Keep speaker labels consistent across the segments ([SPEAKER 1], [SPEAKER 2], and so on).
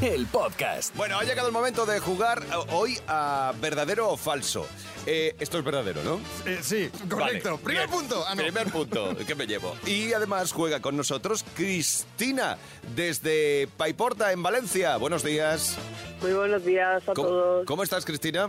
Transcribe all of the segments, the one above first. [SPEAKER 1] el podcast.
[SPEAKER 2] Bueno, ha llegado el momento de jugar eh, hoy a verdadero o falso. Eh, esto es verdadero, ¿no?
[SPEAKER 3] Eh, sí, correcto.
[SPEAKER 2] Vale,
[SPEAKER 3] Primer
[SPEAKER 2] bien.
[SPEAKER 3] punto. Ah, no.
[SPEAKER 2] Primer punto que me llevo. Y además juega con nosotros Cristina desde Paiporta, en Valencia. Buenos días.
[SPEAKER 4] Muy buenos días a
[SPEAKER 2] ¿Cómo,
[SPEAKER 4] todos.
[SPEAKER 2] cómo estás, Cristina?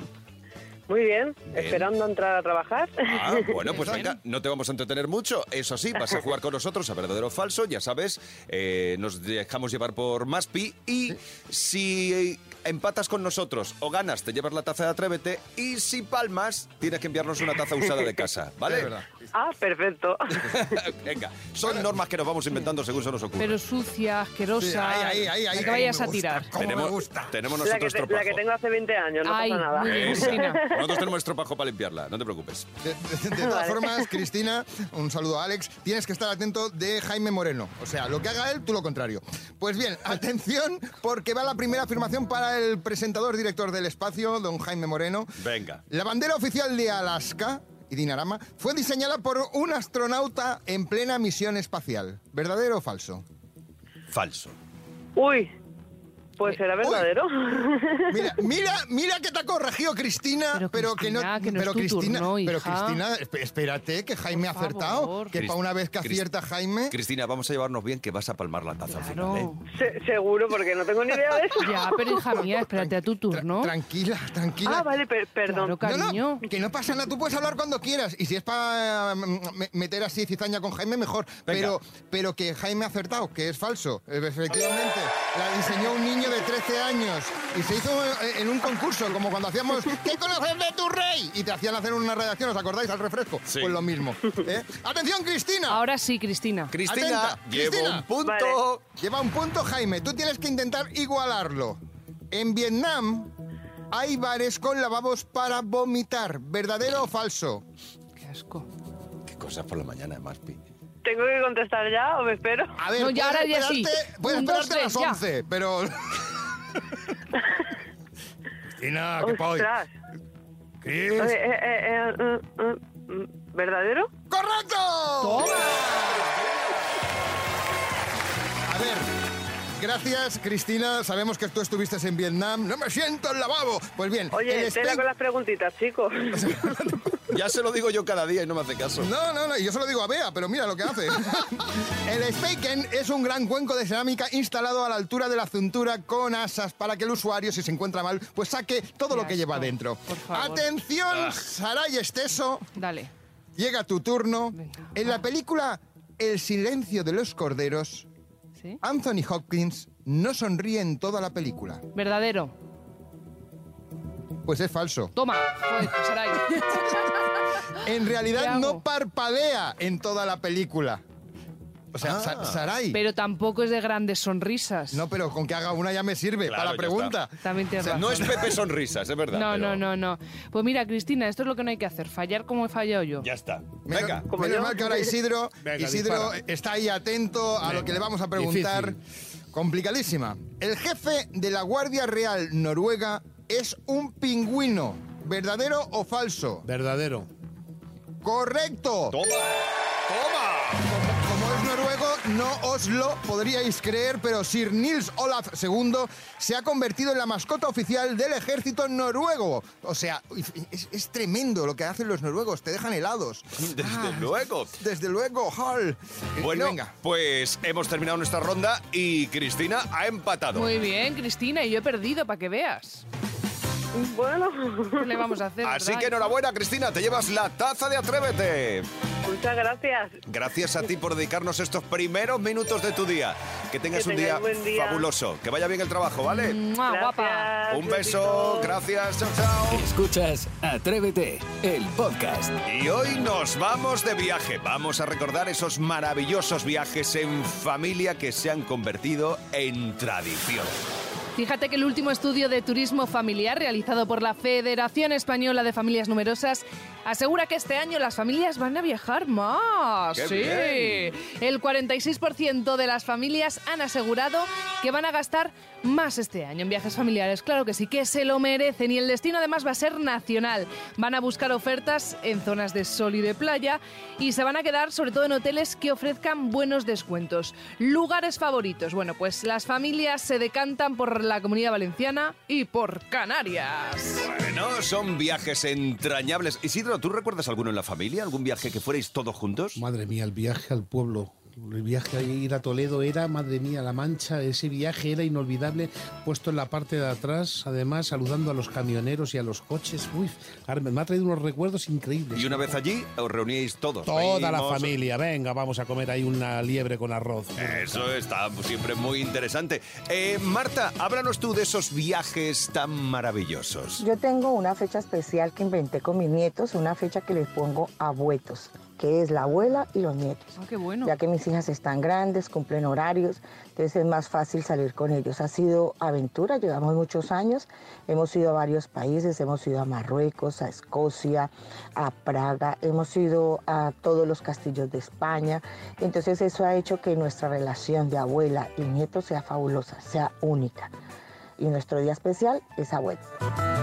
[SPEAKER 4] Muy bien,
[SPEAKER 2] Bien.
[SPEAKER 4] esperando entrar a trabajar.
[SPEAKER 2] Ah, bueno, pues venga, no te vamos a entretener mucho. Eso sí, vas a jugar con nosotros a verdadero o falso, ya sabes. eh, nos dejamos llevar por Maspi. Y si eh, empatas con nosotros o ganas, te llevas la taza de Atrévete. Y si palmas, tienes que enviarnos una taza usada de casa,
[SPEAKER 3] Es
[SPEAKER 2] ¿vale?
[SPEAKER 3] verdad.
[SPEAKER 4] Ah, perfecto.
[SPEAKER 2] venga, son normas que nos vamos inventando según se nos ocurre.
[SPEAKER 5] Pero sucia, asquerosa.
[SPEAKER 3] Sí, ahí, ahí, ahí,
[SPEAKER 5] la
[SPEAKER 3] ahí,
[SPEAKER 5] que
[SPEAKER 3] ahí
[SPEAKER 5] vayas
[SPEAKER 3] me
[SPEAKER 5] a tirar.
[SPEAKER 3] gusta. ¿Cómo me gusta?
[SPEAKER 2] tenemos
[SPEAKER 4] la, que
[SPEAKER 2] nosotros
[SPEAKER 4] te- la
[SPEAKER 2] tropajo.
[SPEAKER 4] que tengo hace 20 años, no
[SPEAKER 5] Ay,
[SPEAKER 4] pasa nada.
[SPEAKER 5] muy bien.
[SPEAKER 2] Esa.
[SPEAKER 5] Cristina.
[SPEAKER 2] Nosotros tenemos tropajo para limpiarla, no te preocupes.
[SPEAKER 3] De, de- de todas
[SPEAKER 4] Vale.
[SPEAKER 3] formas, Cristina, un saludo a Alex. Tienes que estar atento de Jaime Moreno. O sea, lo que haga él, tú lo contrario. Pues bien, atención, porque va la primera afirmación para el presentador director del espacio, don Jaime Moreno.
[SPEAKER 2] Venga.
[SPEAKER 3] La bandera oficial de Alaska y Dinarama fue diseñada por un astronauta en plena misión espacial. ¿Verdadero o falso?
[SPEAKER 2] Falso.
[SPEAKER 4] Uy,
[SPEAKER 5] Eh,
[SPEAKER 4] pues será
[SPEAKER 3] Uy.
[SPEAKER 4] verdadero.
[SPEAKER 3] Mira, mira, mira que te ha corregido Cristina, pero,
[SPEAKER 5] Pero
[SPEAKER 3] que no,
[SPEAKER 5] Cristina, que no es
[SPEAKER 3] pero
[SPEAKER 5] tu
[SPEAKER 3] Cristina,
[SPEAKER 5] turno,
[SPEAKER 3] pero
[SPEAKER 5] hija.
[SPEAKER 3] Cristina, esp- espérate que Jaime ha
[SPEAKER 5] Por
[SPEAKER 3] acertado,
[SPEAKER 5] favor.
[SPEAKER 3] que
[SPEAKER 2] Crist-
[SPEAKER 3] para una vez que
[SPEAKER 2] Crist-
[SPEAKER 3] acierta Jaime,
[SPEAKER 2] Cristina, vamos a llevarnos bien que vas a palmar la taza al final,
[SPEAKER 5] Claro.
[SPEAKER 2] ¿eh?
[SPEAKER 4] Se- seguro, porque no tengo ni idea de eso.
[SPEAKER 5] Ya, pero hija mía, espérate a tu
[SPEAKER 3] tra-
[SPEAKER 5] turno.
[SPEAKER 3] tranquila, tranquila.
[SPEAKER 4] Ah, vale, per- perdón.
[SPEAKER 5] Claro, ca-
[SPEAKER 3] No, no,
[SPEAKER 5] cariño.
[SPEAKER 3] que no pasa nada, tú puedes hablar cuando quieras y si es para meter así cizaña con Jaime mejor, pero pero que Jaime ha acertado, que es falso, efectivamente. La diseñó un niño de 13 años y se hizo eh, en un concurso, como cuando hacíamos ¿Qué conoces de tu rey? y te hacían hacer una redacción, ¿os acordáis al refresco?
[SPEAKER 2] Sí.
[SPEAKER 3] Pues lo mismo, ¿eh? Atención, Cristina.
[SPEAKER 5] Ahora sí, Cristina.
[SPEAKER 2] Cristina,
[SPEAKER 3] Atenta,
[SPEAKER 2] llevo
[SPEAKER 3] Cristina.
[SPEAKER 2] un punto.
[SPEAKER 4] Vale.
[SPEAKER 3] Lleva un punto, Jaime. Tú tienes que intentar igualarlo. En Vietnam hay bares con lavabos para vomitar. ¿Verdadero o falso?
[SPEAKER 5] Qué asco.
[SPEAKER 2] Qué cosas por la mañana, Maspi.
[SPEAKER 4] ¿Tengo que contestar ya o me espero?
[SPEAKER 3] A ver,
[SPEAKER 5] No, ya,
[SPEAKER 3] puedes
[SPEAKER 5] ahora ya sí.
[SPEAKER 3] esperarte- Puedes
[SPEAKER 5] Un,
[SPEAKER 3] esperarte
[SPEAKER 5] dos,
[SPEAKER 3] a las
[SPEAKER 5] tres, ya.
[SPEAKER 3] 11, pero... Cristina,
[SPEAKER 2] Ah,
[SPEAKER 3] ¿qué poi?
[SPEAKER 4] Ostras.
[SPEAKER 3] ¿Qué
[SPEAKER 4] Eh,
[SPEAKER 3] es?
[SPEAKER 4] eh, eh, eh, mm, mm, mm, ¿Verdadero?
[SPEAKER 3] ¡Correcto! A ver, gracias, Cristina. Sabemos que tú estuviste en Vietnam. ¡No me siento en lavabo! Pues bien, el
[SPEAKER 4] Oye, tela
[SPEAKER 3] espe-
[SPEAKER 4] con las preguntitas, chicos.
[SPEAKER 2] Ya se lo digo yo cada día y no me hace caso.
[SPEAKER 3] No, no, no, y yo se lo digo a Bea, pero mira lo que hace. el Spaken es un gran cuenco de cerámica instalado a la altura de la cintura con asas para que el usuario, si se encuentra mal, pues saque todo
[SPEAKER 5] Qué
[SPEAKER 3] lo que lleva
[SPEAKER 5] asco,
[SPEAKER 3] dentro.
[SPEAKER 5] por favor. Ah.
[SPEAKER 3] Atención, Saray Esteso,
[SPEAKER 5] Dale.
[SPEAKER 3] llega tu turno.
[SPEAKER 5] Venga.
[SPEAKER 3] En la película El silencio de los corderos,
[SPEAKER 5] ¿Sí?
[SPEAKER 3] Anthony Hopkins no sonríe en toda la película.
[SPEAKER 5] Verdadero.
[SPEAKER 3] Pues es falso.
[SPEAKER 5] Toma. Joder, pues Saray.
[SPEAKER 3] En realidad
[SPEAKER 5] ¿Qué
[SPEAKER 3] no
[SPEAKER 5] hago?
[SPEAKER 3] parpadea en toda la película. O sea, Sa- Sarai.
[SPEAKER 5] Ah. Pero tampoco es de grandes sonrisas.
[SPEAKER 3] No, pero con que haga una ya me sirve
[SPEAKER 2] Claro,
[SPEAKER 3] para la
[SPEAKER 2] ya
[SPEAKER 3] pregunta.
[SPEAKER 5] También
[SPEAKER 2] O
[SPEAKER 5] tienes
[SPEAKER 2] sea, no es
[SPEAKER 5] razón.
[SPEAKER 2] Pepe Sonrisas, es verdad.
[SPEAKER 5] no,
[SPEAKER 2] pero-
[SPEAKER 5] no, no, no. Pues mira, Cristina, esto es lo que no hay que hacer. Fallar como he fallado yo.
[SPEAKER 2] Ya está.
[SPEAKER 3] Menos-
[SPEAKER 2] Venga.
[SPEAKER 3] menos,
[SPEAKER 4] Como yo.
[SPEAKER 3] mal que ahora Isidro,
[SPEAKER 6] Venga,
[SPEAKER 3] Isidro
[SPEAKER 6] dispara.
[SPEAKER 3] está ahí atento a lo que le vamos a preguntar. Complicadísima. El jefe de la Guardia Real Noruega es un pingüino. ¿Verdadero o falso?
[SPEAKER 6] Verdadero.
[SPEAKER 3] ¡Correcto!
[SPEAKER 2] Toma. Toma.
[SPEAKER 3] Como es noruego, no os lo podríais creer, pero Sir Nils Olaf II se ha convertido en la mascota oficial del ejército noruego. O sea, es, es tremendo lo que hacen los noruegos, te dejan helados.
[SPEAKER 2] Desde luego.
[SPEAKER 3] Desde luego, Hall. Eh,
[SPEAKER 2] Bueno,
[SPEAKER 3] venga.
[SPEAKER 2] pues hemos terminado nuestra ronda y Cristina ha empatado.
[SPEAKER 5] Muy bien, Cristina, y yo he perdido, para que veas.
[SPEAKER 4] Bueno,
[SPEAKER 5] ¿Qué le vamos a hacer?
[SPEAKER 2] Así
[SPEAKER 5] verdad?
[SPEAKER 2] que enhorabuena, Cristina, te llevas la taza de Atrévete.
[SPEAKER 4] muchas gracias.
[SPEAKER 2] Gracias a ti por dedicarnos estos primeros minutos de tu día. Que tengas
[SPEAKER 4] Que
[SPEAKER 2] un
[SPEAKER 4] tengáis
[SPEAKER 2] día,
[SPEAKER 4] buen día. Mm.
[SPEAKER 2] fabuloso. Que vaya bien el trabajo, ¿vale?
[SPEAKER 5] Mua, Ah, guapa.
[SPEAKER 4] Gracias,
[SPEAKER 2] Un beso,
[SPEAKER 4] besitos.
[SPEAKER 2] gracias, chao, chao.
[SPEAKER 1] Escuchas Atrévete, el podcast.
[SPEAKER 2] Y hoy nos vamos de viaje. Vamos a recordar esos maravillosos viajes en familia que se han convertido en tradición.
[SPEAKER 5] Fíjate que el último estudio de turismo familiar realizado por la Federación Española de Familias Numerosas asegura que este año las familias van a viajar más.
[SPEAKER 2] ¡Qué
[SPEAKER 5] sí.
[SPEAKER 2] bien!
[SPEAKER 5] El 46% de las familias han asegurado que van a gastar más este año en viajes familiares. Claro que sí, que se lo merecen. Y el destino además va a ser nacional. Van a buscar ofertas en zonas de sol y de playa y se van a quedar sobre todo en hoteles que ofrezcan buenos descuentos. Lugares favoritos. Bueno, pues las familias se decantan por la comunidad valenciana y por Canarias.
[SPEAKER 2] Bueno, son viajes entrañables. Isidro, ¿tú recuerdas alguno en la familia? ¿Algún viaje que fuerais todos juntos?
[SPEAKER 6] Madre mía, el viaje al pueblo. El viaje a ir a Toledo era, madre mía, la mancha. Ese viaje era inolvidable, puesto en la parte de atrás, además saludando a los camioneros y a los coches. Uy, ahora me me ha traído unos recuerdos increíbles.
[SPEAKER 2] Y una vez allí os reuníais todos.
[SPEAKER 6] Toda la
[SPEAKER 2] Primos.
[SPEAKER 6] familia, venga, vamos a comer ahí una liebre con arroz.
[SPEAKER 2] Eso está siempre muy interesante. Eh, Marta, háblanos tú de esos viajes tan maravillosos.
[SPEAKER 7] Yo tengo una fecha especial que inventé con mis nietos, una fecha que les pongo abuetos, que es la abuela y los nietos.
[SPEAKER 5] Ah, qué bueno.
[SPEAKER 7] Ya que mis hijas están grandes, cumplen horarios, entonces es más fácil salir con ellos. Ha sido aventura, llevamos muchos años, hemos ido a varios países, hemos ido a Marruecos, a Escocia, a Praga, hemos ido a todos los castillos de España. Entonces eso ha hecho que nuestra relación de abuela y nieto sea fabulosa, sea única. Y nuestro día especial es abuelos.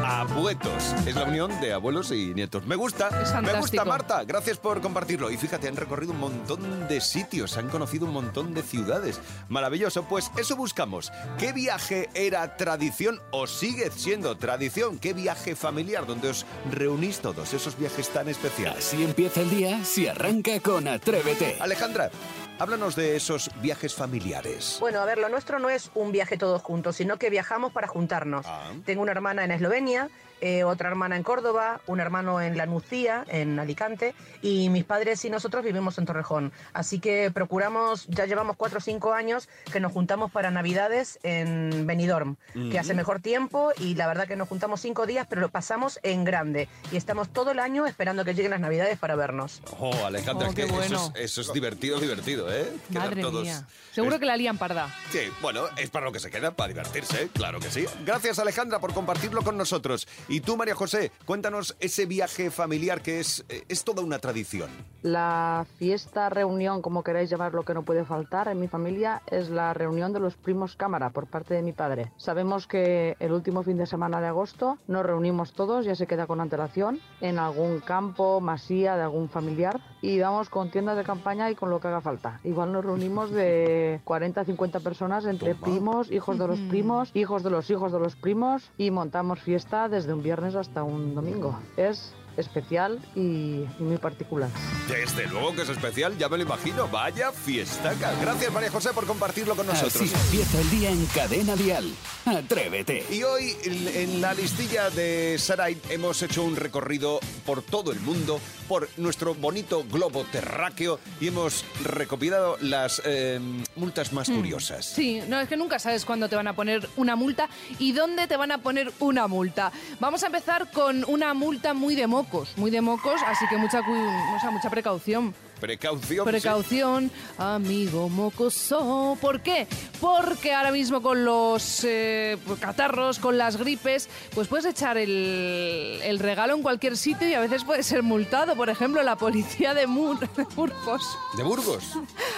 [SPEAKER 2] Abuetos. Es la unión de abuelos y nietos. Me gusta.
[SPEAKER 5] Es
[SPEAKER 2] Me gusta,
[SPEAKER 5] fantástico.
[SPEAKER 2] Marta. Gracias por compartirlo. Y fíjate, han recorrido un montón de sitios, han conocido un montón de ciudades. Maravilloso. Pues eso buscamos. ¿Qué viaje era tradición o sigue siendo tradición? ¿Qué viaje familiar donde os reunís todos? Esos viajes tan especiales.
[SPEAKER 1] Así empieza el día si arranca con Atrévete.
[SPEAKER 2] Alejandra, háblanos de esos viajes familiares.
[SPEAKER 8] Pues
[SPEAKER 9] Bueno, a ver, lo nuestro no es un viaje todos juntos, sino que viajamos para juntarnos.
[SPEAKER 2] Ah.
[SPEAKER 9] Tengo una hermana en Eslovenia, eh, otra hermana en Córdoba, un hermano en Lanucía, en Alicante, y mis padres y nosotros vivimos en Torrejón. Así que procuramos, ya llevamos cuatro o cinco años que nos juntamos para Navidades en Benidorm, que hace mejor tiempo y la verdad que nos juntamos cinco días, pero lo pasamos en grande y estamos todo el año esperando que lleguen las Navidades para vernos.
[SPEAKER 2] Oh, Alejandra,
[SPEAKER 5] Oh,
[SPEAKER 2] es que
[SPEAKER 5] qué
[SPEAKER 2] eso,
[SPEAKER 5] bueno.
[SPEAKER 2] es, eso es divertido, divertido, ¿eh? Quedar
[SPEAKER 5] Madre
[SPEAKER 2] todos-
[SPEAKER 5] mía. Seguro
[SPEAKER 2] Es-
[SPEAKER 5] que la lían parda.
[SPEAKER 2] Sí, bueno, es para lo que se queda, para divertirse, claro que sí. Gracias Alejandra por compartirlo con nosotros. Y tú, María José, cuéntanos ese viaje familiar que es, eh, es toda una tradición.
[SPEAKER 8] La fiesta, reunión, como queráis llamarlo, que no puede faltar en mi familia, es la reunión de los primos cámara por parte de mi padre. Sabemos que el último fin de semana de agosto nos reunimos todos, ya se queda con antelación, en algún campo, masía de algún familiar y vamos con tiendas de campaña y con lo que haga falta. Igual nos reunimos de 40 a 50 personas entre
[SPEAKER 2] Toma.
[SPEAKER 8] primos, hijos de los primos, hijos de los hijos de los primos y montamos fiesta desde un viernes hasta un domingo. Es especial y y muy particular.
[SPEAKER 2] Desde luego que es especial, ya me lo imagino. Vaya fiestaca. Gracias María José por compartirlo
[SPEAKER 1] Ah,
[SPEAKER 2] con nosotros.
[SPEAKER 1] Así empieza el día en Cadena Dial. Atrévete.
[SPEAKER 2] Y hoy en- en la listilla de Sarai hemos hecho un recorrido por todo el mundo, por nuestro bonito globo terráqueo y hemos recopilado las eh, multas más curiosas.
[SPEAKER 5] Sí, no, es que nunca sabes cuándo te van a poner una multa y dónde te van a poner una multa. Vamos a empezar con una multa muy de mocos, muy de mocos, así que mucha, cu- o sea, mucha precaución.
[SPEAKER 2] Precaución. pues, sí.
[SPEAKER 5] Precaución, amigo mocoso. ¿Por qué? Porque ahora mismo con los eh, catarros, con las gripes, pues puedes echar el, el regalo en cualquier sitio y a veces puedes ser multado. Por ejemplo, la policía de, Mur de Burgos
[SPEAKER 2] De Burgos.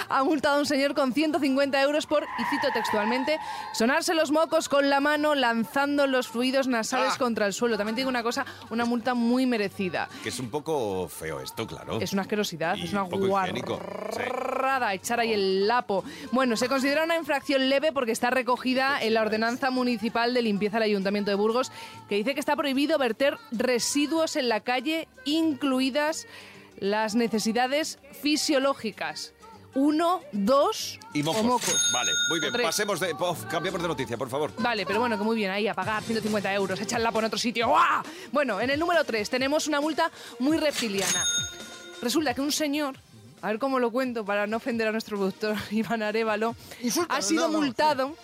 [SPEAKER 5] ha multado a un señor con 150 euros por, y cito textualmente, sonarse los mocos con la mano lanzando los fluidos nasales
[SPEAKER 2] Ah.
[SPEAKER 5] contra el suelo. También te digo una cosa, una multa muy merecida.
[SPEAKER 2] Que es un poco feo esto, claro.
[SPEAKER 5] Es una asquerosidad,
[SPEAKER 2] Oh. Y
[SPEAKER 5] es una
[SPEAKER 2] un poco higiénico,
[SPEAKER 5] guarrada echar ahí el lapo. Bueno, se considera una infracción leve porque está recogida en la ordenanza municipal de limpieza del Ayuntamiento de Burgos, que dice que está prohibido verter residuos en la calle, incluidas las necesidades fisiológicas. Uno, dos
[SPEAKER 2] Y mocos.
[SPEAKER 5] o mocos.
[SPEAKER 2] Vale, muy bien.
[SPEAKER 5] O tres.
[SPEAKER 2] Pasemos de. pof, cambiamos de noticia, por favor.
[SPEAKER 5] Vale, pero bueno, que muy bien, ahí a pagar 150 euros, echarla por otro sitio. ¡guau! Bueno, en el número 3 tenemos una multa muy reptiliana. Resulta que un señor, a ver cómo lo cuento para no ofender a nuestro productor Iván Arevalo,
[SPEAKER 3] Insulta,
[SPEAKER 5] ha sido
[SPEAKER 3] no, no,
[SPEAKER 5] multado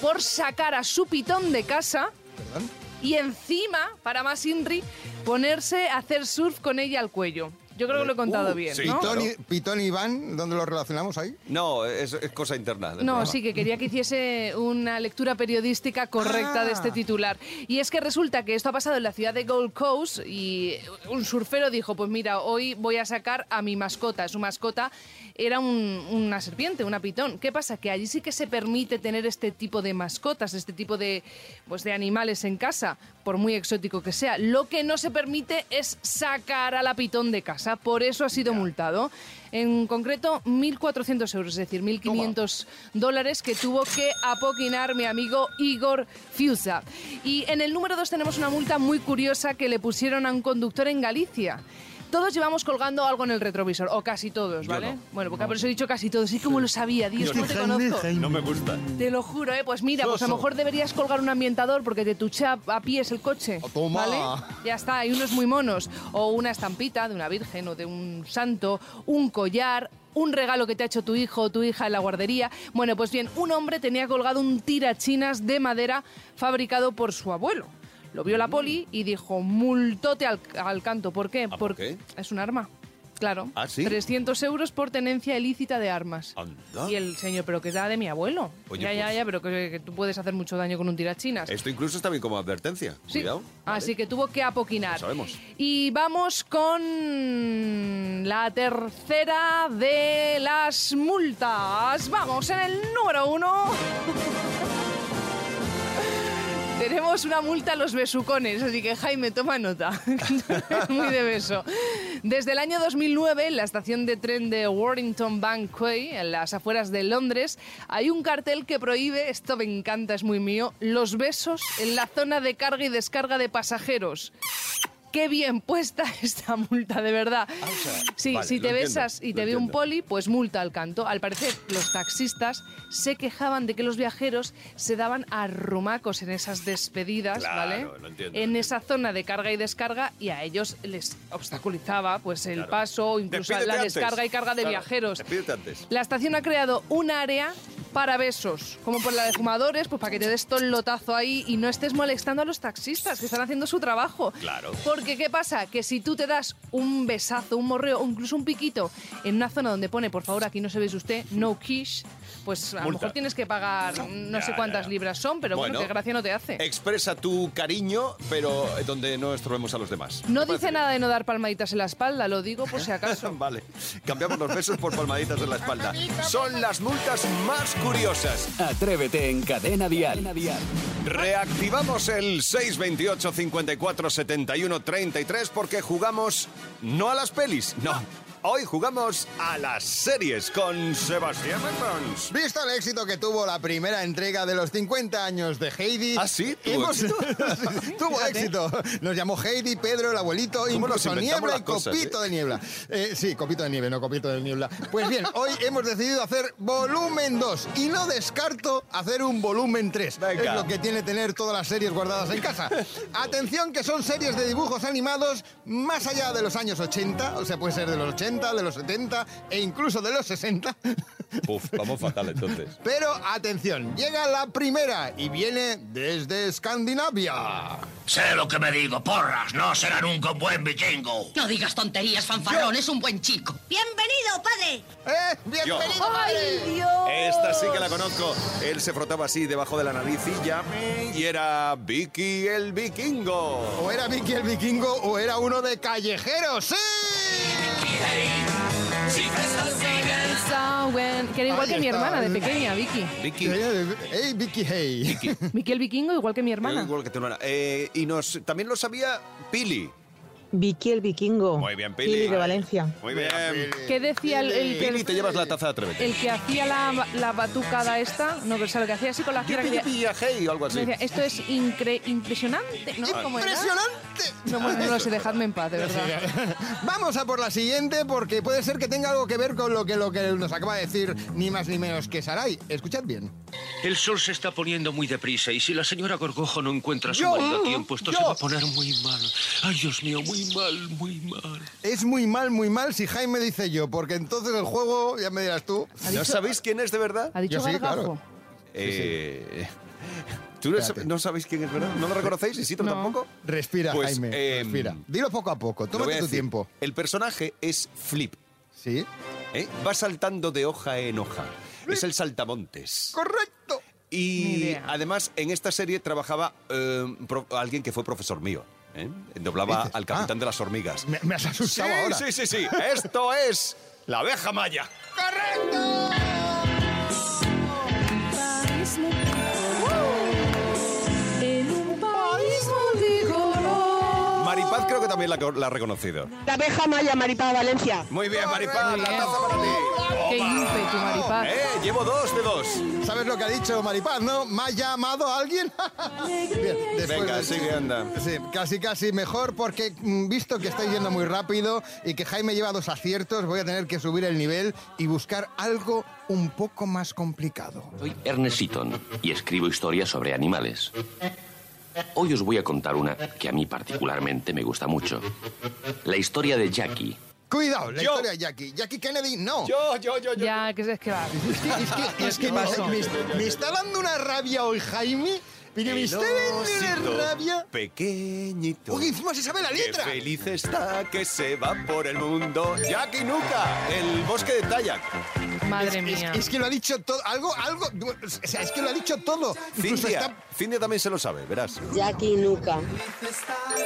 [SPEAKER 5] por sacar a su pitón de casa
[SPEAKER 3] ¿Perdón?
[SPEAKER 5] y encima, para más Inri, ponerse a hacer surf con ella al cuello. Yo creo que lo he contado
[SPEAKER 2] Uh,
[SPEAKER 5] bien,
[SPEAKER 2] sí,
[SPEAKER 5] ¿no?
[SPEAKER 2] claro.
[SPEAKER 3] Pitón, y, Pitón y Iván, ¿dónde los relacionamos ahí?
[SPEAKER 2] No, es, es cosa interna. del
[SPEAKER 5] No,
[SPEAKER 2] programa.
[SPEAKER 5] sí, que quería que hiciese una lectura periodística correcta de
[SPEAKER 2] Ah.
[SPEAKER 5] este titular. Y es que resulta que esto ha pasado en la ciudad de Gold Coast y un surfero dijo, pues mira, hoy voy a sacar a mi mascota. Su mascota era un- una serpiente, una pitón. ¿Qué pasa? Que allí sí que se permite tener este tipo de mascotas, este tipo de, pues, de animales en casa, por muy exótico que sea. Lo que no se permite es sacar a la pitón de casa. Por eso ha sido multado. En concreto, 1.400 euros, es decir, 1.500 dólares que tuvo que apoquinar mi amigo Igor Fiusa. Y en el número 2 tenemos una multa muy curiosa que le pusieron a un conductor en Galicia. Todos llevamos colgando algo en el retrovisor, o casi todos,
[SPEAKER 2] Yo
[SPEAKER 5] ¿vale?
[SPEAKER 2] no.
[SPEAKER 5] Bueno, porque por eso he dicho casi todos. Sí, como lo sabía, Dios,
[SPEAKER 2] Yo
[SPEAKER 5] no
[SPEAKER 2] no.
[SPEAKER 5] te conozco.
[SPEAKER 2] No me gusta.
[SPEAKER 5] Te lo juro, ¿eh? Pues mira, pues a lo
[SPEAKER 2] Mm. Soso.
[SPEAKER 5] mejor deberías colgar un ambientador porque te tucha a pies el coche.
[SPEAKER 3] Oh, toma.
[SPEAKER 5] ¿Vale? Ya está, hay unos muy monos. O una estampita de una virgen o de un santo, un collar, un regalo que te ha hecho tu hijo o tu hija en la guardería. Bueno, pues bien, un hombre tenía colgado un tirachinas de madera fabricado por su abuelo. Lo
[SPEAKER 2] Mm.
[SPEAKER 5] vio la poli y dijo, multote al, al canto. ¿Por qué?
[SPEAKER 2] por
[SPEAKER 5] Porque es un arma. Claro.
[SPEAKER 2] ¿Ah, sí?
[SPEAKER 5] 300 euros por tenencia ilícita de armas.
[SPEAKER 2] Anda.
[SPEAKER 5] Y el señor, pero que da de mi abuelo.
[SPEAKER 2] Oye,
[SPEAKER 5] ya, ya,
[SPEAKER 2] pues.
[SPEAKER 5] ya, pero que, que tú puedes hacer mucho daño con un tirachinas.
[SPEAKER 2] Esto incluso está bien como advertencia.
[SPEAKER 5] Sí.
[SPEAKER 2] Cuidado.
[SPEAKER 5] Así que tuvo que apoquinar.
[SPEAKER 2] Lo sabemos.
[SPEAKER 5] Y vamos con la tercera de las multas. Vamos, en el número uno. Tenemos una multa a los besucones, así que Jaime, toma nota. Es Muy de beso. Desde el año 2009, en la estación de tren de Warrington Bankway, en las afueras de Londres, hay un cartel que prohíbe, esto me encanta, es muy mío, los besos en la zona de carga y descarga de pasajeros. Qué bien puesta esta multa, de verdad. sí,
[SPEAKER 2] vale,
[SPEAKER 5] si te
[SPEAKER 2] lo entiendo,
[SPEAKER 5] besas y
[SPEAKER 2] lo
[SPEAKER 5] te ve un
[SPEAKER 2] entiendo.
[SPEAKER 5] poli, pues multa al canto. Al parecer, los taxistas se quejaban de que los viajeros se daban a arrumacos en esas despedidas,
[SPEAKER 2] Claro,
[SPEAKER 5] ¿vale?
[SPEAKER 2] lo entiendo,
[SPEAKER 5] en
[SPEAKER 2] lo
[SPEAKER 5] esa zona de carga y descarga y a ellos les obstaculizaba pues el paso o incluso
[SPEAKER 2] Despídete
[SPEAKER 5] la
[SPEAKER 2] antes.
[SPEAKER 5] descarga y carga de
[SPEAKER 2] Claro,
[SPEAKER 5] viajeros.
[SPEAKER 2] despídete antes.
[SPEAKER 5] La estación ha creado un área para besos, como por la de fumadores, pues para que te des todo el lotazo ahí y no estés molestando a los taxistas que están haciendo su trabajo.
[SPEAKER 2] Claro.
[SPEAKER 5] Porque ¿qué pasa? Que si tú te das un besazo, un morreo o incluso un piquito en una zona donde pone, por favor, aquí no se bese usted, no kiss, pues a lo
[SPEAKER 2] Multa.
[SPEAKER 5] mejor tienes que pagar no
[SPEAKER 2] Ya,
[SPEAKER 5] sé
[SPEAKER 2] ya,
[SPEAKER 5] cuántas
[SPEAKER 2] ya.
[SPEAKER 5] libras son, pero bueno,
[SPEAKER 2] Bueno. Eh,
[SPEAKER 5] que gracia no te hace.
[SPEAKER 2] Expresa tu cariño, pero donde no estorbemos a los demás.
[SPEAKER 5] No
[SPEAKER 2] ¿Te parece
[SPEAKER 5] dice
[SPEAKER 2] bien?
[SPEAKER 5] nada de no dar palmaditas en la espalda, lo digo por si acaso.
[SPEAKER 2] Vale, cambiamos los besos por palmaditas en la espalda. Son las multas más curiosas.
[SPEAKER 1] Atrévete en Cadena Dial.
[SPEAKER 2] Reactivamos el 628 54 71 33 porque jugamos no a las pelis, no. Hoy jugamos a las series con Sebastián Magnons.
[SPEAKER 3] Visto el éxito que tuvo la primera entrega de los 50 años de Heidi...
[SPEAKER 2] ¿Ah, sí? ¿Tuvo
[SPEAKER 3] hemos-
[SPEAKER 2] éxito?
[SPEAKER 3] tuvo éxito. Nos llamó Heidi, Pedro, el abuelito,
[SPEAKER 2] ¿Cómo nos
[SPEAKER 3] incluso
[SPEAKER 2] inventamos
[SPEAKER 3] Niebla
[SPEAKER 2] las
[SPEAKER 3] y
[SPEAKER 2] cosas,
[SPEAKER 3] Copito
[SPEAKER 2] eh?
[SPEAKER 3] de Niebla. Eh, sí, Copito de Nieve, no Copito de Niebla. Pues bien, hoy hemos decidido hacer volumen 2 y no descarto hacer un volumen 3.
[SPEAKER 2] Venga.
[SPEAKER 3] Es lo que tiene tener todas las series guardadas en casa. Atención que son series de dibujos animados más allá de los años 80, o sea, puede ser de los 80, de los 70 e incluso de los 60.
[SPEAKER 2] Uf, vamos fatal entonces.
[SPEAKER 3] Pero atención, llega la primera y viene desde Escandinavia.
[SPEAKER 10] Sé lo que me digo, porras, no será nunca un buen vikingo.
[SPEAKER 11] No digas tonterías, fanfarrón, es un buen chico.
[SPEAKER 12] Bienvenido, padre.
[SPEAKER 3] ¡Eh! ¡Bienvenido,
[SPEAKER 2] Yo.
[SPEAKER 3] padre!
[SPEAKER 2] Esta sí que la conozco. Él se frotaba así debajo de la nariz y ya. Y era Vicky el vikingo.
[SPEAKER 3] O era Vicky el vikingo o era uno de callejeros. ¡Sí!
[SPEAKER 5] Esa, buen- Que era igual
[SPEAKER 3] Ahí
[SPEAKER 5] que mi
[SPEAKER 3] está.
[SPEAKER 5] hermana de pequeña, Vicky.
[SPEAKER 2] Vicky.
[SPEAKER 3] ¡Ey, Vicky, hey!
[SPEAKER 5] Miquel Vikingo igual que mi hermana.
[SPEAKER 2] Igual que tu hermana. Eh, y nos, también lo sabía Pili.
[SPEAKER 8] Vicky el vikingo.
[SPEAKER 2] Muy bien, Pili. Pili de Valencia. Muy bien.
[SPEAKER 5] ¿Qué decía el, el que,
[SPEAKER 2] Pili, te llevas la taza de Atrévete.
[SPEAKER 5] el que hacía la, la batucada esta? No, pero o sea, lo que hacía así con la gira que decía,
[SPEAKER 2] Yupi, yupi, ajei, o algo así.
[SPEAKER 5] decía, esto es incre- impresionante, ¿no? ¿Cómo era?
[SPEAKER 3] ¡Impresionante!
[SPEAKER 5] No, bueno, no lo sé, dejadme en paz, de verdad.
[SPEAKER 2] ¿eh?
[SPEAKER 3] Vamos a por la siguiente porque puede ser que tenga algo que ver con lo que, lo que nos acaba de decir ni más ni menos que Sarai. Escuchad bien.
[SPEAKER 10] El sol se está poniendo muy deprisa y si la señora Gorgojo no encuentra a su
[SPEAKER 2] Yo,
[SPEAKER 10] marido a tiempo, esto se
[SPEAKER 2] yo.
[SPEAKER 10] va a poner muy mal. Ay, Dios mío, muy mal, muy mal.
[SPEAKER 3] Es muy mal, muy mal si Jaime dice yo, porque entonces el juego, ya me dirás tú.
[SPEAKER 2] ¿No sabéis quién es de verdad?
[SPEAKER 5] ¿Ha dicho
[SPEAKER 3] Yo sí,
[SPEAKER 5] gargajo?
[SPEAKER 3] claro.
[SPEAKER 2] Eh, ¿Tú no sab- no sabéis quién es, verdad? ¿No lo reconocéis? ¿Isito tampoco?
[SPEAKER 3] Respira,
[SPEAKER 2] Pues,
[SPEAKER 3] Jaime.
[SPEAKER 2] eh,
[SPEAKER 3] respira. Dilo poco a poco.
[SPEAKER 2] Lo voy a
[SPEAKER 3] Tómate tu
[SPEAKER 2] decir.
[SPEAKER 3] tiempo.
[SPEAKER 2] El personaje es Flip.
[SPEAKER 3] Sí.
[SPEAKER 2] ¿eh? Va saltando de hoja en hoja. Es el saltamontes.
[SPEAKER 3] Correcto.
[SPEAKER 5] Ni
[SPEAKER 2] Y
[SPEAKER 5] idea.
[SPEAKER 2] además en esta serie trabajaba eh, pro- alguien que fue profesor mío. ¿eh? Doblaba
[SPEAKER 3] dices? "Ah,
[SPEAKER 2] al capitán de las hormigas.
[SPEAKER 3] Me, me has asustado
[SPEAKER 2] sí,
[SPEAKER 3] ahora.
[SPEAKER 2] sí, sí, sí. Esto es la abeja maya. Maripaz creo que también la, la ha reconocido.
[SPEAKER 11] La abeja maya, Maripá Valencia.
[SPEAKER 2] Muy bien, Maripaz,
[SPEAKER 5] Muy
[SPEAKER 2] la
[SPEAKER 5] bien.
[SPEAKER 2] taza para ti.
[SPEAKER 5] ¡Qué
[SPEAKER 2] Toma.
[SPEAKER 5] ímpetu, Maripaz!
[SPEAKER 2] Eh, llevo dos de dos.
[SPEAKER 3] ¿Sabes lo que ha dicho Maripaz, no? ¿Me ha llamado a alguien? Bien, después
[SPEAKER 2] Venga,
[SPEAKER 3] de-
[SPEAKER 2] sigue, anda.
[SPEAKER 3] Sí, casi casi mejor porque mm, visto que estáis yendo muy rápido y que Jaime lleva dos aciertos, voy a tener que subir el nivel y buscar algo un poco más complicado.
[SPEAKER 10] Soy Ernest Seaton y escribo historias sobre animales. Hoy os voy a contar una que a mí particularmente me gusta mucho. La historia de Jackie.
[SPEAKER 3] Cuidado, la
[SPEAKER 2] Yo.
[SPEAKER 3] historia de Jackie. Jackie Kennedy, no.
[SPEAKER 2] Yo, yo, yo, yo.
[SPEAKER 5] Ya, que es que va.
[SPEAKER 3] Es que, es que, es que me, me- me está dando una rabia hoy, Jaime. Pero me está dando
[SPEAKER 2] Osito
[SPEAKER 3] una rabia.
[SPEAKER 2] Pequeñito.
[SPEAKER 3] Uy, encima se sabe la
[SPEAKER 2] Qué
[SPEAKER 3] letra.
[SPEAKER 2] feliz está que se va por el mundo. Jackie Nuka, el bosque de Tayak.
[SPEAKER 5] Madre
[SPEAKER 3] Es,
[SPEAKER 5] mía.
[SPEAKER 3] es que lo ha dicho todo, algo, algo, o sea, es que lo ha dicho todo. Incluso
[SPEAKER 2] Cintia.
[SPEAKER 3] está
[SPEAKER 2] Cintia también se lo sabe, verás.
[SPEAKER 11] Jackie Nuca.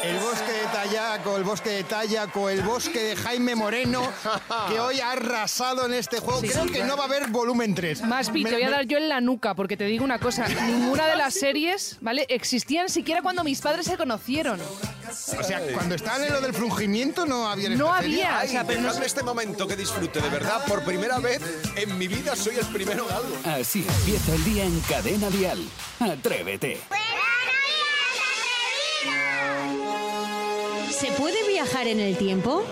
[SPEAKER 3] el bosque de Tayaco, el bosque de Tayaco, el bosque de Jaime Moreno, que hoy ha arrasado en este juego. Creo que no va a haber volumen 3.
[SPEAKER 5] Más pi, te voy a dar yo en la nuca, porque te digo una cosa, ninguna
[SPEAKER 2] Ah,
[SPEAKER 5] de las series, ¿vale? Existían siquiera cuando mis padres se conocieron.
[SPEAKER 3] O sea, cuando estaban en lo del frungimiento no había... este
[SPEAKER 5] No
[SPEAKER 3] esta serie.
[SPEAKER 5] había, o
[SPEAKER 2] Ay,
[SPEAKER 5] sea, pero no
[SPEAKER 2] dejadme este momento que disfrute, de verdad. Por primera vez en mi vida soy el primero en algo.
[SPEAKER 1] Así empieza el día en Cadena Dial. Atrévete.
[SPEAKER 12] ¿Se puede viajar en el tiempo?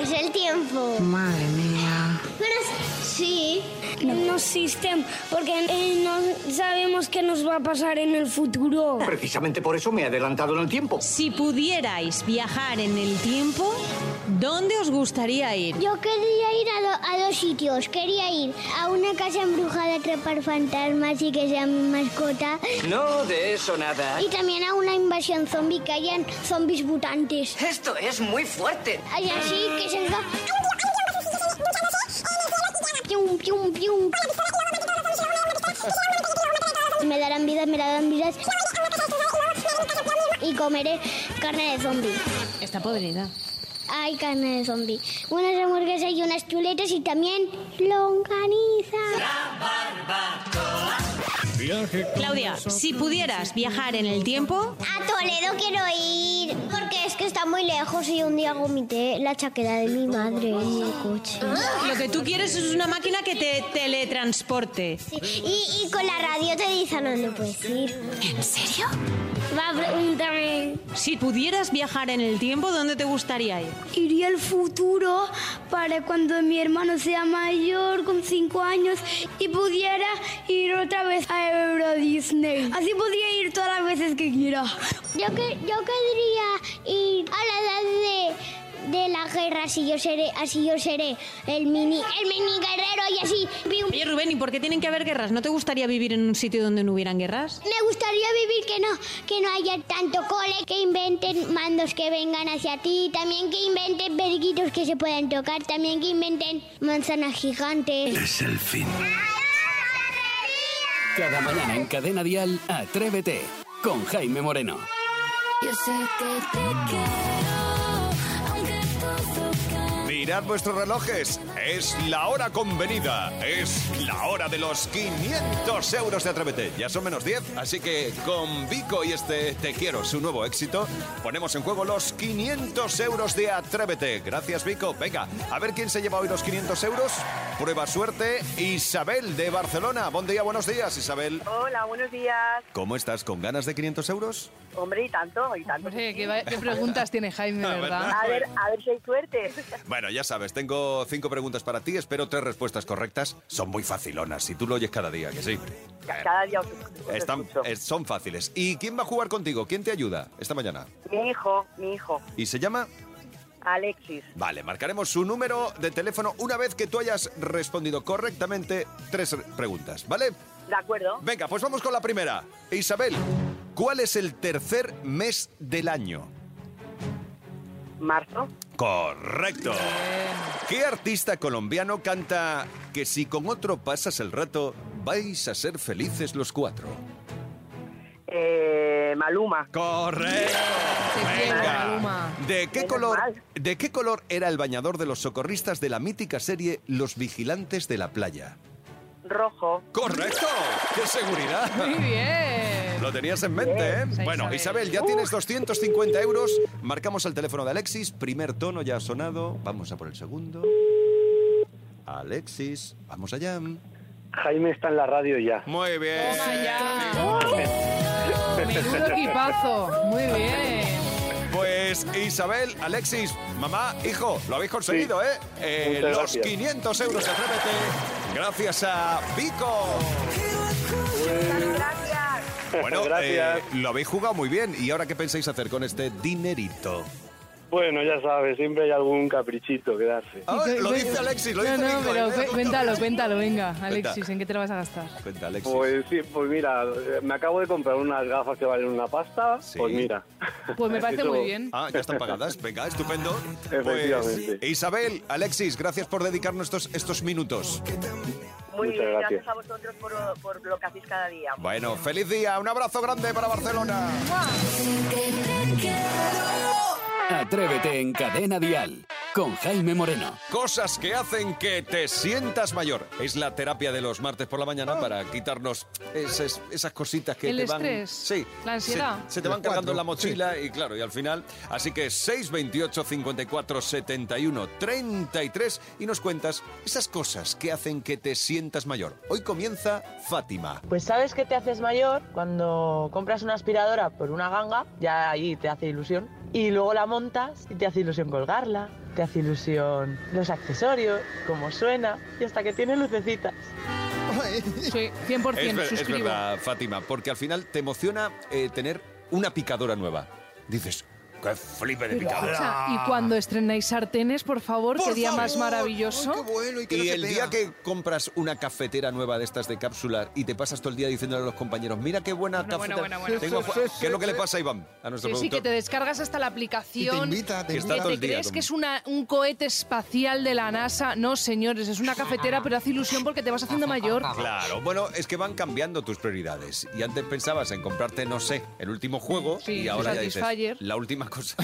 [SPEAKER 13] Es el tiempo.
[SPEAKER 12] Madre mía.
[SPEAKER 13] Pero es- sí, no existen porque eh, no sabemos qué nos va a pasar en el futuro.
[SPEAKER 10] Precisamente por eso me he adelantado en el tiempo.
[SPEAKER 12] Si pudierais viajar en el tiempo, ¿dónde os gustaría ir?
[SPEAKER 13] Yo quería ir a, do- a dos sitios. Quería ir a una casa embrujada a atrapar fantasmas y que sea mi mascota.
[SPEAKER 11] No, de eso nada.
[SPEAKER 13] Y también a una invasión zombie que hayan zombies mutantes.
[SPEAKER 11] Esto es muy fuerte.
[SPEAKER 13] Hay así que se oiga- Pium, pium, pium. Me darán vidas, me darán vidas. Y comeré carne de zombie.
[SPEAKER 12] Está podrida.
[SPEAKER 13] Hay carne de zombie. Unas hamburguesas y unas chuletas y también longaniza.
[SPEAKER 12] Claudia, si pudieras viajar en el tiempo,
[SPEAKER 13] A Toledo quiero ir. Porque es que está muy lejos y un día vomité la chaqueta de mi madre en el coche.
[SPEAKER 12] lo que tú quieres es una máquina que te teletransporte.
[SPEAKER 13] Y, y con la radio te dicen dónde puedes ir.
[SPEAKER 12] ¿En serio?
[SPEAKER 13] Va, pregúntame.
[SPEAKER 12] Si pudieras viajar en el tiempo, ¿dónde te gustaría ir?
[SPEAKER 13] Iría al futuro para cuando mi hermano sea mayor, con 5 años, y pudiera ir otra vez a Euro Disney. Así podría ir todas las veces que quiera. Yo, que, yo querría ir a la edad de, de la guerra, así yo seré, así yo seré el mini, el mini guerrero y así. vi un-
[SPEAKER 12] Oye, Rubén, ¿y por qué tienen que haber guerras? ¿No te gustaría vivir en un sitio donde no hubieran guerras?
[SPEAKER 13] Me gustaría vivir que no, que no haya tanto cole, que inventen mandos que vengan hacia ti, también que inventen periquitos que se puedan tocar, también que inventen manzanas gigantes.
[SPEAKER 10] Es el fin.
[SPEAKER 1] Cada mañana en Cadena Dial, Atrévete con Jaime Moreno.
[SPEAKER 2] Mirad vuestros relojes. Es la hora convenida. Es la hora de los 500 euros de Atrévete. Ya son menos 10, así que con Vico y este Te Quiero, su nuevo éxito, ponemos en juego los 500 euros de Atrévete. Gracias, Vico. Venga, a ver quién se lleva hoy los 500 euros. Prueba suerte. Isabel de Barcelona. Buen día, buenos días, Isabel.
[SPEAKER 4] Hola, buenos días.
[SPEAKER 2] ¿Cómo estás? ¿Con ganas de 500 euros?
[SPEAKER 4] Hombre, y tanto, y tanto.
[SPEAKER 5] Hombre, qué, va- qué preguntas tiene Jaime, ¿verdad?
[SPEAKER 4] A ver, a ver si hay suerte.
[SPEAKER 2] Bueno, ya sabes, tengo cinco preguntas para ti, espero tres respuestas correctas. Son muy facilonas, si tú lo oyes cada día, que sí.
[SPEAKER 4] Ca- Cada día os, os
[SPEAKER 2] Están,
[SPEAKER 4] Pues escucho.
[SPEAKER 2] eh, son fáciles. ¿Y quién va a jugar contigo? ¿Quién te ayuda esta mañana?
[SPEAKER 4] Mi hijo, mi hijo,
[SPEAKER 2] ¿Y se llama?
[SPEAKER 4] Alexis.
[SPEAKER 2] Vale, marcaremos su número de teléfono una vez que tú hayas respondido correctamente tres re- preguntas, ¿vale?
[SPEAKER 4] ¿De acuerdo?
[SPEAKER 2] Venga, pues vamos con la primera. Isabel, ¿Cuál es el tercer mes del año?
[SPEAKER 4] Marzo.
[SPEAKER 2] Correcto. ¿Qué artista colombiano canta que si con otro pasas el rato, vais a ser felices los cuatro?
[SPEAKER 4] Eh, Maluma.
[SPEAKER 2] Correcto. Venga. ¿De qué,
[SPEAKER 4] Menos
[SPEAKER 2] color,
[SPEAKER 4] mal.
[SPEAKER 2] ¿De qué color era el bañador de los socorristas de la mítica serie Los Vigilantes de la Playa?
[SPEAKER 4] Rojo.
[SPEAKER 2] ¡Correcto! ¡Qué seguridad!
[SPEAKER 5] Muy bien.
[SPEAKER 2] Lo tenías en mente, ¿eh? Bueno, Isabel, ya tienes 250 euros. Marcamos el teléfono de Alexis. Primer tono ya ha sonado. Vamos a por el segundo. Alexis, vamos allá.
[SPEAKER 14] Jaime está en la radio ya.
[SPEAKER 2] Muy bien.
[SPEAKER 5] Menudo equipazo. Muy bien.
[SPEAKER 2] Pues Isabel, Alexis, mamá, hijo, lo habéis conseguido, ¿eh? Eh,
[SPEAKER 14] Muchas
[SPEAKER 2] los
[SPEAKER 14] gracias.
[SPEAKER 2] 500 euros, atrévete. Gracias a Vico. Bueno,
[SPEAKER 14] Gracias.
[SPEAKER 2] eh, lo habéis jugado muy bien. ¿Y ahora qué pensáis hacer con este dinerito?
[SPEAKER 14] Bueno, ya sabes, siempre hay algún caprichito que darse.
[SPEAKER 2] Ah, lo dice Alexis, lo
[SPEAKER 5] No,
[SPEAKER 2] dice
[SPEAKER 5] no,
[SPEAKER 2] Nico,
[SPEAKER 5] pero
[SPEAKER 2] ¿eh?
[SPEAKER 5] cu- cuéntalo, cuéntalo, venga, Alexis,
[SPEAKER 14] Cuenta.
[SPEAKER 5] ¿en qué te lo vas a gastar?
[SPEAKER 2] Cuenta, Alexis.
[SPEAKER 14] Pues sí, pues mira, eh, me acabo de comprar unas gafas que valen una pasta. Pues mira.
[SPEAKER 5] Pues me parece
[SPEAKER 14] Eso-
[SPEAKER 5] muy bien.
[SPEAKER 2] Ah, ya están pagadas. Venga, estupendo.
[SPEAKER 14] Efectivamente.
[SPEAKER 2] Pues, Isabel, Alexis, gracias por dedicarnos estos, estos minutos.
[SPEAKER 4] Muy
[SPEAKER 2] Muchas
[SPEAKER 4] bien, gracias.
[SPEAKER 2] gracias.
[SPEAKER 4] a vosotros por, por lo que hacéis cada día.
[SPEAKER 2] Bueno, feliz día. Un abrazo grande para Barcelona.
[SPEAKER 1] Atrévete en Cadena Dial con Jaime Moreno.
[SPEAKER 2] Cosas que hacen que te sientas mayor. Es la terapia de los martes por la mañana para quitarnos esas, esas cositas que
[SPEAKER 5] Oh. El
[SPEAKER 2] te van...
[SPEAKER 5] estrés,
[SPEAKER 2] Sí.
[SPEAKER 5] la ansiedad.
[SPEAKER 2] Se, se te van
[SPEAKER 5] Los cuatro,
[SPEAKER 2] cargando en la mochila y claro, y al final... Así que 628 54 71 33 y nos cuentas esas cosas que hacen que te sientas mayor. Hoy comienza Fátima.
[SPEAKER 15] Pues sabes que te haces mayor cuando compras una aspiradora por una ganga, ya ahí te hace ilusión, y luego la montas y te hace ilusión colgarla, te hace ilusión los accesorios, cómo suena, y hasta que tiene lucecitas.
[SPEAKER 5] Sí,
[SPEAKER 2] Es
[SPEAKER 5] 100%
[SPEAKER 2] ver- es,
[SPEAKER 5] suscribo.
[SPEAKER 2] verdad, Fátima, porque al final te emociona eh, tener una picadora nueva. Dices, qué flipe de
[SPEAKER 5] Pero,
[SPEAKER 2] picadora.
[SPEAKER 5] escucha, y cuando estrenáis sartenes, por favor,
[SPEAKER 2] Por
[SPEAKER 5] qué día más
[SPEAKER 2] favor.
[SPEAKER 5] maravilloso.
[SPEAKER 2] Y el día que compras una cafetera nueva de estas de cápsula y te pasas todo el día diciéndole a los compañeros, mira qué buena
[SPEAKER 5] bueno,
[SPEAKER 2] cafetera.
[SPEAKER 5] bueno, bueno.
[SPEAKER 2] Tengo
[SPEAKER 5] Sí,
[SPEAKER 2] a-
[SPEAKER 5] sí, sí,
[SPEAKER 2] ¿Qué es lo que
[SPEAKER 5] sí.
[SPEAKER 2] le pasa a Iván, a nuestro
[SPEAKER 5] Sí, sí, que
[SPEAKER 2] productor?
[SPEAKER 5] te descargas hasta la aplicación.
[SPEAKER 2] Y te invita, te Que invita. está todo
[SPEAKER 5] Que
[SPEAKER 2] el
[SPEAKER 5] te
[SPEAKER 2] día
[SPEAKER 5] crees
[SPEAKER 2] con-
[SPEAKER 5] que es una, un cohete espacial de la NASA. No, señores, es una cafetera, pero hace ilusión porque te vas haciendo mayor.
[SPEAKER 2] Claro, bueno, es que van cambiando tus prioridades. Y antes pensabas en comprarte, no sé, el último juego
[SPEAKER 5] Sí,
[SPEAKER 2] y ahora ya dices,
[SPEAKER 5] Satisfyer.
[SPEAKER 2] la última cosa.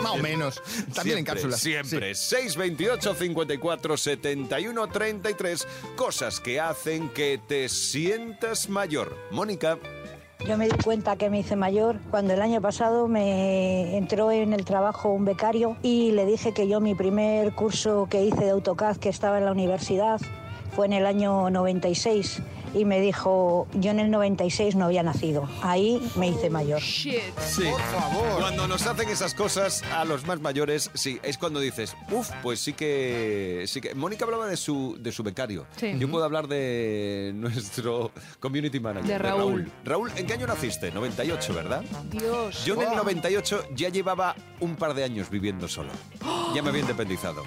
[SPEAKER 3] Más o menos. También
[SPEAKER 2] Siempre,
[SPEAKER 3] en cápsulas.
[SPEAKER 2] Siempre. 628 54 71 33. Cosas que hacen que te sientas mayor. Mónica.
[SPEAKER 16] Yo me di cuenta que me hice mayor cuando el año pasado me entró en el trabajo un becario y le dije que yo mi primer curso que hice de AutoCAD que estaba en la universidad fue en el año 96 y me dijo, yo en el 96 no había nacido. Ahí me hice mayor.
[SPEAKER 2] Sí. Por favor. Cuando nos hacen esas cosas a los más mayores, sí, es cuando dices, uff, pues sí que, sí que. Mónica hablaba de su, de su becario.
[SPEAKER 5] Sí.
[SPEAKER 2] Yo puedo hablar de nuestro community manager.
[SPEAKER 5] De Raúl.
[SPEAKER 2] Raúl, ¿en qué año naciste? 98, ¿verdad?
[SPEAKER 5] Dios.
[SPEAKER 2] Yo en el
[SPEAKER 5] Wow.
[SPEAKER 2] 98 ya llevaba un par de años viviendo solo. Ya me había independizado.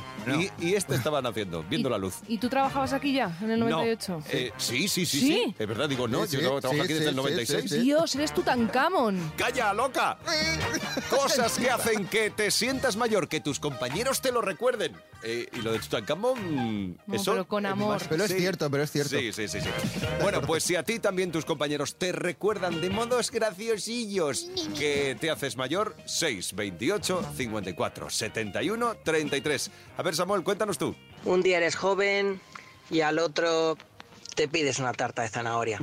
[SPEAKER 2] Y, y este estaba naciendo, viendo la luz.
[SPEAKER 5] ¿Y tú trabajabas aquí ya, en el
[SPEAKER 2] No,
[SPEAKER 5] 98?
[SPEAKER 2] eh, sí, sí, sí,
[SPEAKER 5] ¿Sí?
[SPEAKER 2] sí, Es verdad, digo, no,
[SPEAKER 3] Sí,
[SPEAKER 2] yo
[SPEAKER 3] sí,
[SPEAKER 2] no trabajo
[SPEAKER 3] sí,
[SPEAKER 2] aquí desde
[SPEAKER 3] sí,
[SPEAKER 2] el
[SPEAKER 3] sí,
[SPEAKER 2] 96.
[SPEAKER 5] Dios, eres Tutankamón.
[SPEAKER 2] ¡Calla, loca! Cosas que hacen que te sientas mayor, que tus compañeros te lo recuerden. Eh, y lo de Tutankamón...
[SPEAKER 5] No, pero con amor. Pero es
[SPEAKER 3] cierto, pero es cierto.
[SPEAKER 2] Sí, sí, sí. sí. Bueno, pues si a ti también tus compañeros te recuerdan de modos graciosillos que te haces mayor, 6, 28, 54, 71, 33. A ver, Samuel, cuéntanos tú.
[SPEAKER 15] Un día eres joven y al otro te pides una tarta de zanahoria.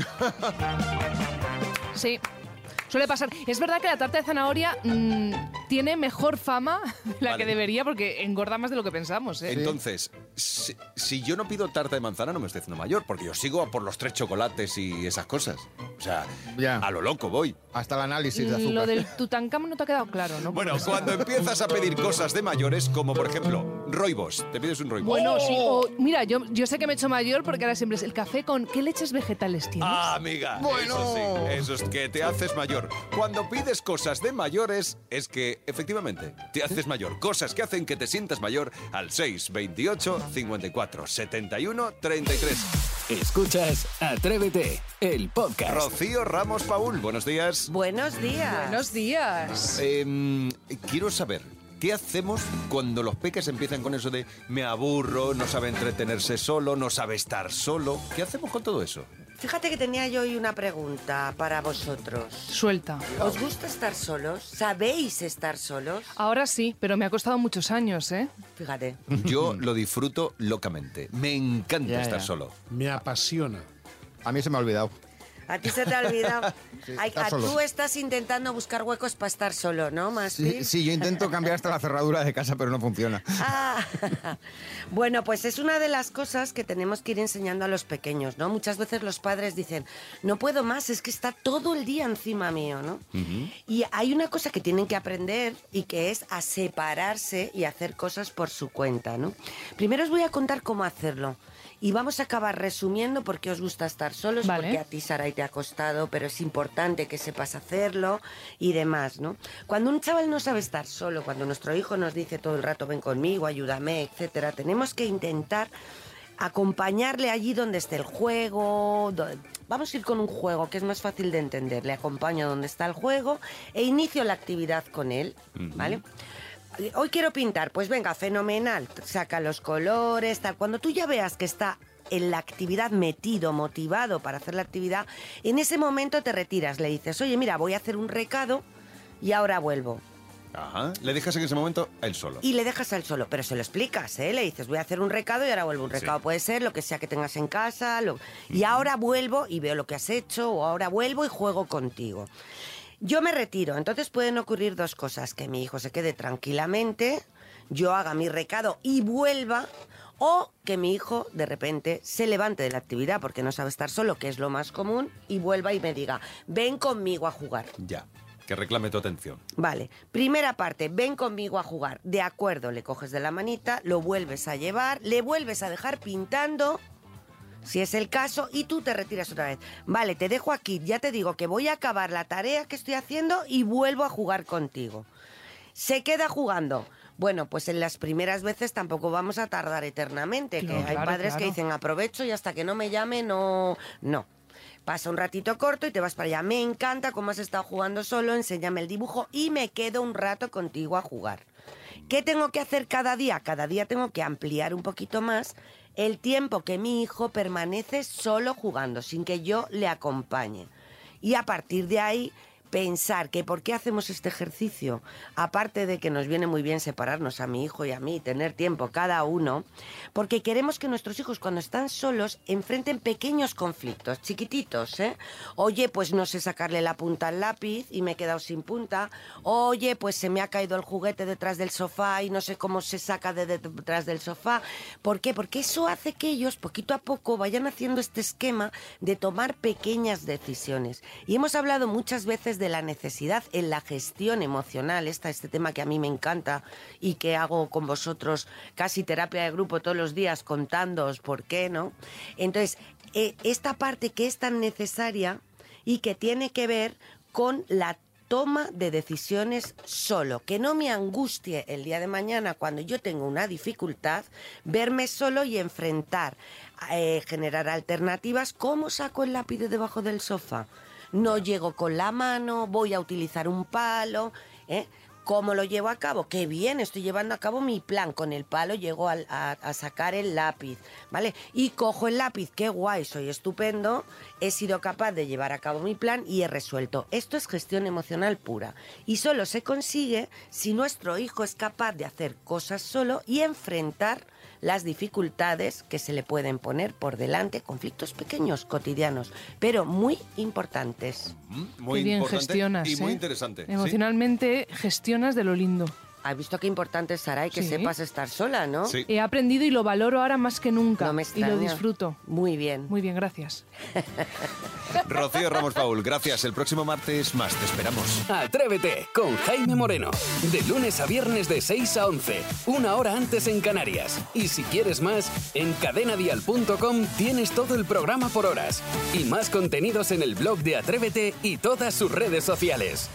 [SPEAKER 5] Sí. Suele pasar. Es verdad que la tarta de zanahoria mm, tiene mejor fama de la que debería porque engorda más de lo que pensamos. ¿eh?
[SPEAKER 2] Entonces, si, si yo no pido tarta de manzana, no me estoy haciendo mayor, porque yo sigo a por los tres chocolates y esas cosas. O sea, a lo loco voy.
[SPEAKER 3] Hasta el análisis
[SPEAKER 5] Mm, Lo del Tutankamón no te ha quedado claro, ¿no?
[SPEAKER 2] Bueno, cuando empiezas a pedir cosas de mayores, como por ejemplo, roibos, te pides un roibos.
[SPEAKER 5] Bueno, sí. o- Oh, mira, yo, yo sé que me he hecho mayor porque ahora siempre es el café con qué leches vegetales tienes.
[SPEAKER 2] Ah, amiga. Eso sí, eso es que te haces mayor. Cuando pides cosas de mayores, es que efectivamente te haces mayor. Cosas que hacen que te sientas mayor al 6, 28, 54, 71, 33.
[SPEAKER 1] Escuchas Atrévete, el podcast.
[SPEAKER 2] Rocío Ramos Paul, buenos días.
[SPEAKER 17] Buenos días.
[SPEAKER 5] Buenos días.
[SPEAKER 2] Em, quiero saber, ¿qué hacemos cuando los peques empiezan con eso de me aburro, no sabe entretenerse solo, no sabe estar solo? ¿Qué hacemos con todo eso?
[SPEAKER 17] Fíjate que tenía yo hoy una pregunta para vosotros.
[SPEAKER 5] Suelta.
[SPEAKER 17] ¿Os gusta estar solos? ¿Sabéis estar solos?
[SPEAKER 5] Ahora sí, pero me ha costado muchos años, ¿eh?
[SPEAKER 17] Fíjate.
[SPEAKER 2] Yo lo disfruto locamente. Me encanta estar solo.
[SPEAKER 6] Me apasiona.
[SPEAKER 3] A mí se me ha olvidado.
[SPEAKER 17] A ti se te ha olvidado. Ay,
[SPEAKER 3] estar
[SPEAKER 17] a-
[SPEAKER 3] solo.
[SPEAKER 17] tú estás intentando buscar huecos para estar solo, ¿no,
[SPEAKER 5] ¿Ah,
[SPEAKER 17] Maspi?
[SPEAKER 3] Sí, sí, yo intento cambiar hasta la cerradura de casa, pero no funciona.
[SPEAKER 17] Ah, bueno, pues es una de las cosas que tenemos que ir enseñando a los pequeños, ¿no? Muchas veces los padres dicen, no puedo más, es que está todo el día encima mío, ¿no? Y hay una cosa que tienen que aprender y que es a separarse y hacer cosas por su cuenta, ¿no? Primero os voy a contar cómo hacerlo. Y vamos a acabar resumiendo por qué os gusta estar solos,
[SPEAKER 5] Vale.
[SPEAKER 17] porque a ti, Saray, te ha costado, pero es importante que sepas hacerlo y demás, ¿no? Cuando un chaval no sabe estar solo, cuando nuestro hijo nos dice todo el rato, ven conmigo, ayúdame, etcétera, tenemos que intentar acompañarle allí donde esté el juego. do- Vamos a ir con un juego que es más fácil de entender. Le acompaño donde está el juego e inicio la actividad con él,
[SPEAKER 11] Ujú.
[SPEAKER 17] ¿vale? Hoy quiero pintar, pues venga, fenomenal. Saca los colores, tal. Cuando tú ya veas que está en la actividad metido, motivado para hacer la actividad, en ese momento te retiras, le dices, oye, mira, voy a hacer un recado y ahora vuelvo.
[SPEAKER 2] Ajá. Le dejas en ese momento él solo.
[SPEAKER 17] Y le dejas al solo, pero se lo explicas, ¿eh? Le dices, voy a hacer un recado y ahora vuelvo. Un
[SPEAKER 2] Sí.
[SPEAKER 17] recado puede ser lo que sea que tengas en casa, lo- y ahora vuelvo y veo lo que has hecho, o ahora vuelvo y juego contigo. Yo me retiro, entonces pueden ocurrir dos cosas, que mi hijo se quede tranquilamente, yo haga mi recado y vuelva, o que mi hijo de repente se levante de la actividad porque no sabe estar solo, que es lo más común, y vuelva y me diga, ven conmigo a jugar.
[SPEAKER 2] Ya. Que reclame tu atención.
[SPEAKER 17] Vale, primera parte, ven conmigo a jugar. De acuerdo, le coges de la manita, lo vuelves a llevar, le vuelves a dejar pintando, si es el caso, y tú te retiras otra vez. Vale, te dejo aquí, ya te digo que voy a acabar la tarea que estoy haciendo y vuelvo a jugar contigo. Se queda jugando. Bueno, pues en las primeras veces tampoco vamos a tardar eternamente,
[SPEAKER 5] Claro,
[SPEAKER 17] que hay
[SPEAKER 5] claro,
[SPEAKER 17] padres que
[SPEAKER 5] claro.
[SPEAKER 17] dicen aprovecho y hasta que no me llame no... No, Pasa un ratito corto y te vas para allá. Me encanta cómo has estado jugando solo, enséñame el dibujo y me quedo un rato contigo a jugar. ¿Qué tengo que hacer cada día? Cada día tengo que ampliar un poquito más el tiempo que mi hijo permanece solo jugando, sin que yo le acompañe. Y a partir de ahí, pensar que por qué hacemos este ejercicio, aparte de que nos viene muy bien separarnos a mi hijo y a mí, tener tiempo cada uno, porque queremos que nuestros hijos cuando están solos enfrenten pequeños conflictos, chiquititos, ¿eh? Oye, pues no sé sacarle la punta al lápiz y me he quedado sin punta. Oye, pues se me ha caído el juguete detrás del sofá y no sé cómo se saca de detrás del sofá. ¿Por qué? Porque eso hace que ellos poquito a poco vayan haciendo este esquema de tomar pequeñas decisiones. Y hemos hablado muchas veces de la necesidad en la gestión emocional, esta, este tema que a mí me encanta y que hago con vosotros casi terapia de grupo todos los días contándoos por qué, ¿no? Entonces, eh, esta parte que es tan necesaria y que tiene que ver con la toma de decisiones solo, que no me angustie el día de mañana cuando yo tengo una dificultad, verme solo y enfrentar, eh, generar alternativas, cómo saco el lápiz de debajo del sofá, no llego con la mano, voy a utilizar un palo, ¿eh? ¿Cómo lo llevo a cabo? Qué bien, estoy llevando a cabo mi plan. Con el palo llego al- a, a sacar el lápiz, ¿vale? Y cojo el lápiz, qué guay, soy estupendo. He sido capaz de llevar a cabo mi plan y he resuelto. Esto es gestión emocional pura. Y solo se consigue si nuestro hijo es capaz de hacer cosas solo y enfrentar las dificultades que se le pueden poner por delante, conflictos pequeños, cotidianos, pero muy importantes.
[SPEAKER 2] ¿Mm? Muy
[SPEAKER 5] Qué bien
[SPEAKER 2] importante
[SPEAKER 5] gestionas.
[SPEAKER 2] y muy
[SPEAKER 5] ¿eh?
[SPEAKER 2] interesante. ¿sí?
[SPEAKER 5] Emocionalmente gestionas de lo lindo.
[SPEAKER 17] ¿Has visto qué importante es, Saray, que
[SPEAKER 5] Sí.
[SPEAKER 17] sepas estar sola, no?
[SPEAKER 5] He aprendido y lo valoro ahora más que nunca. y lo
[SPEAKER 17] extraña.
[SPEAKER 5] disfruto.
[SPEAKER 17] Muy bien.
[SPEAKER 5] Muy bien, gracias.
[SPEAKER 2] Rocío Ramos Paul, gracias. El próximo martes más. Te esperamos.
[SPEAKER 1] Atrévete con Jaime Moreno. De lunes a viernes de 6 a 11. Una hora antes en Canarias. Y si quieres más, en cadenadial.com tienes todo el programa por horas. Y más contenidos en el blog de Atrévete y todas sus redes sociales.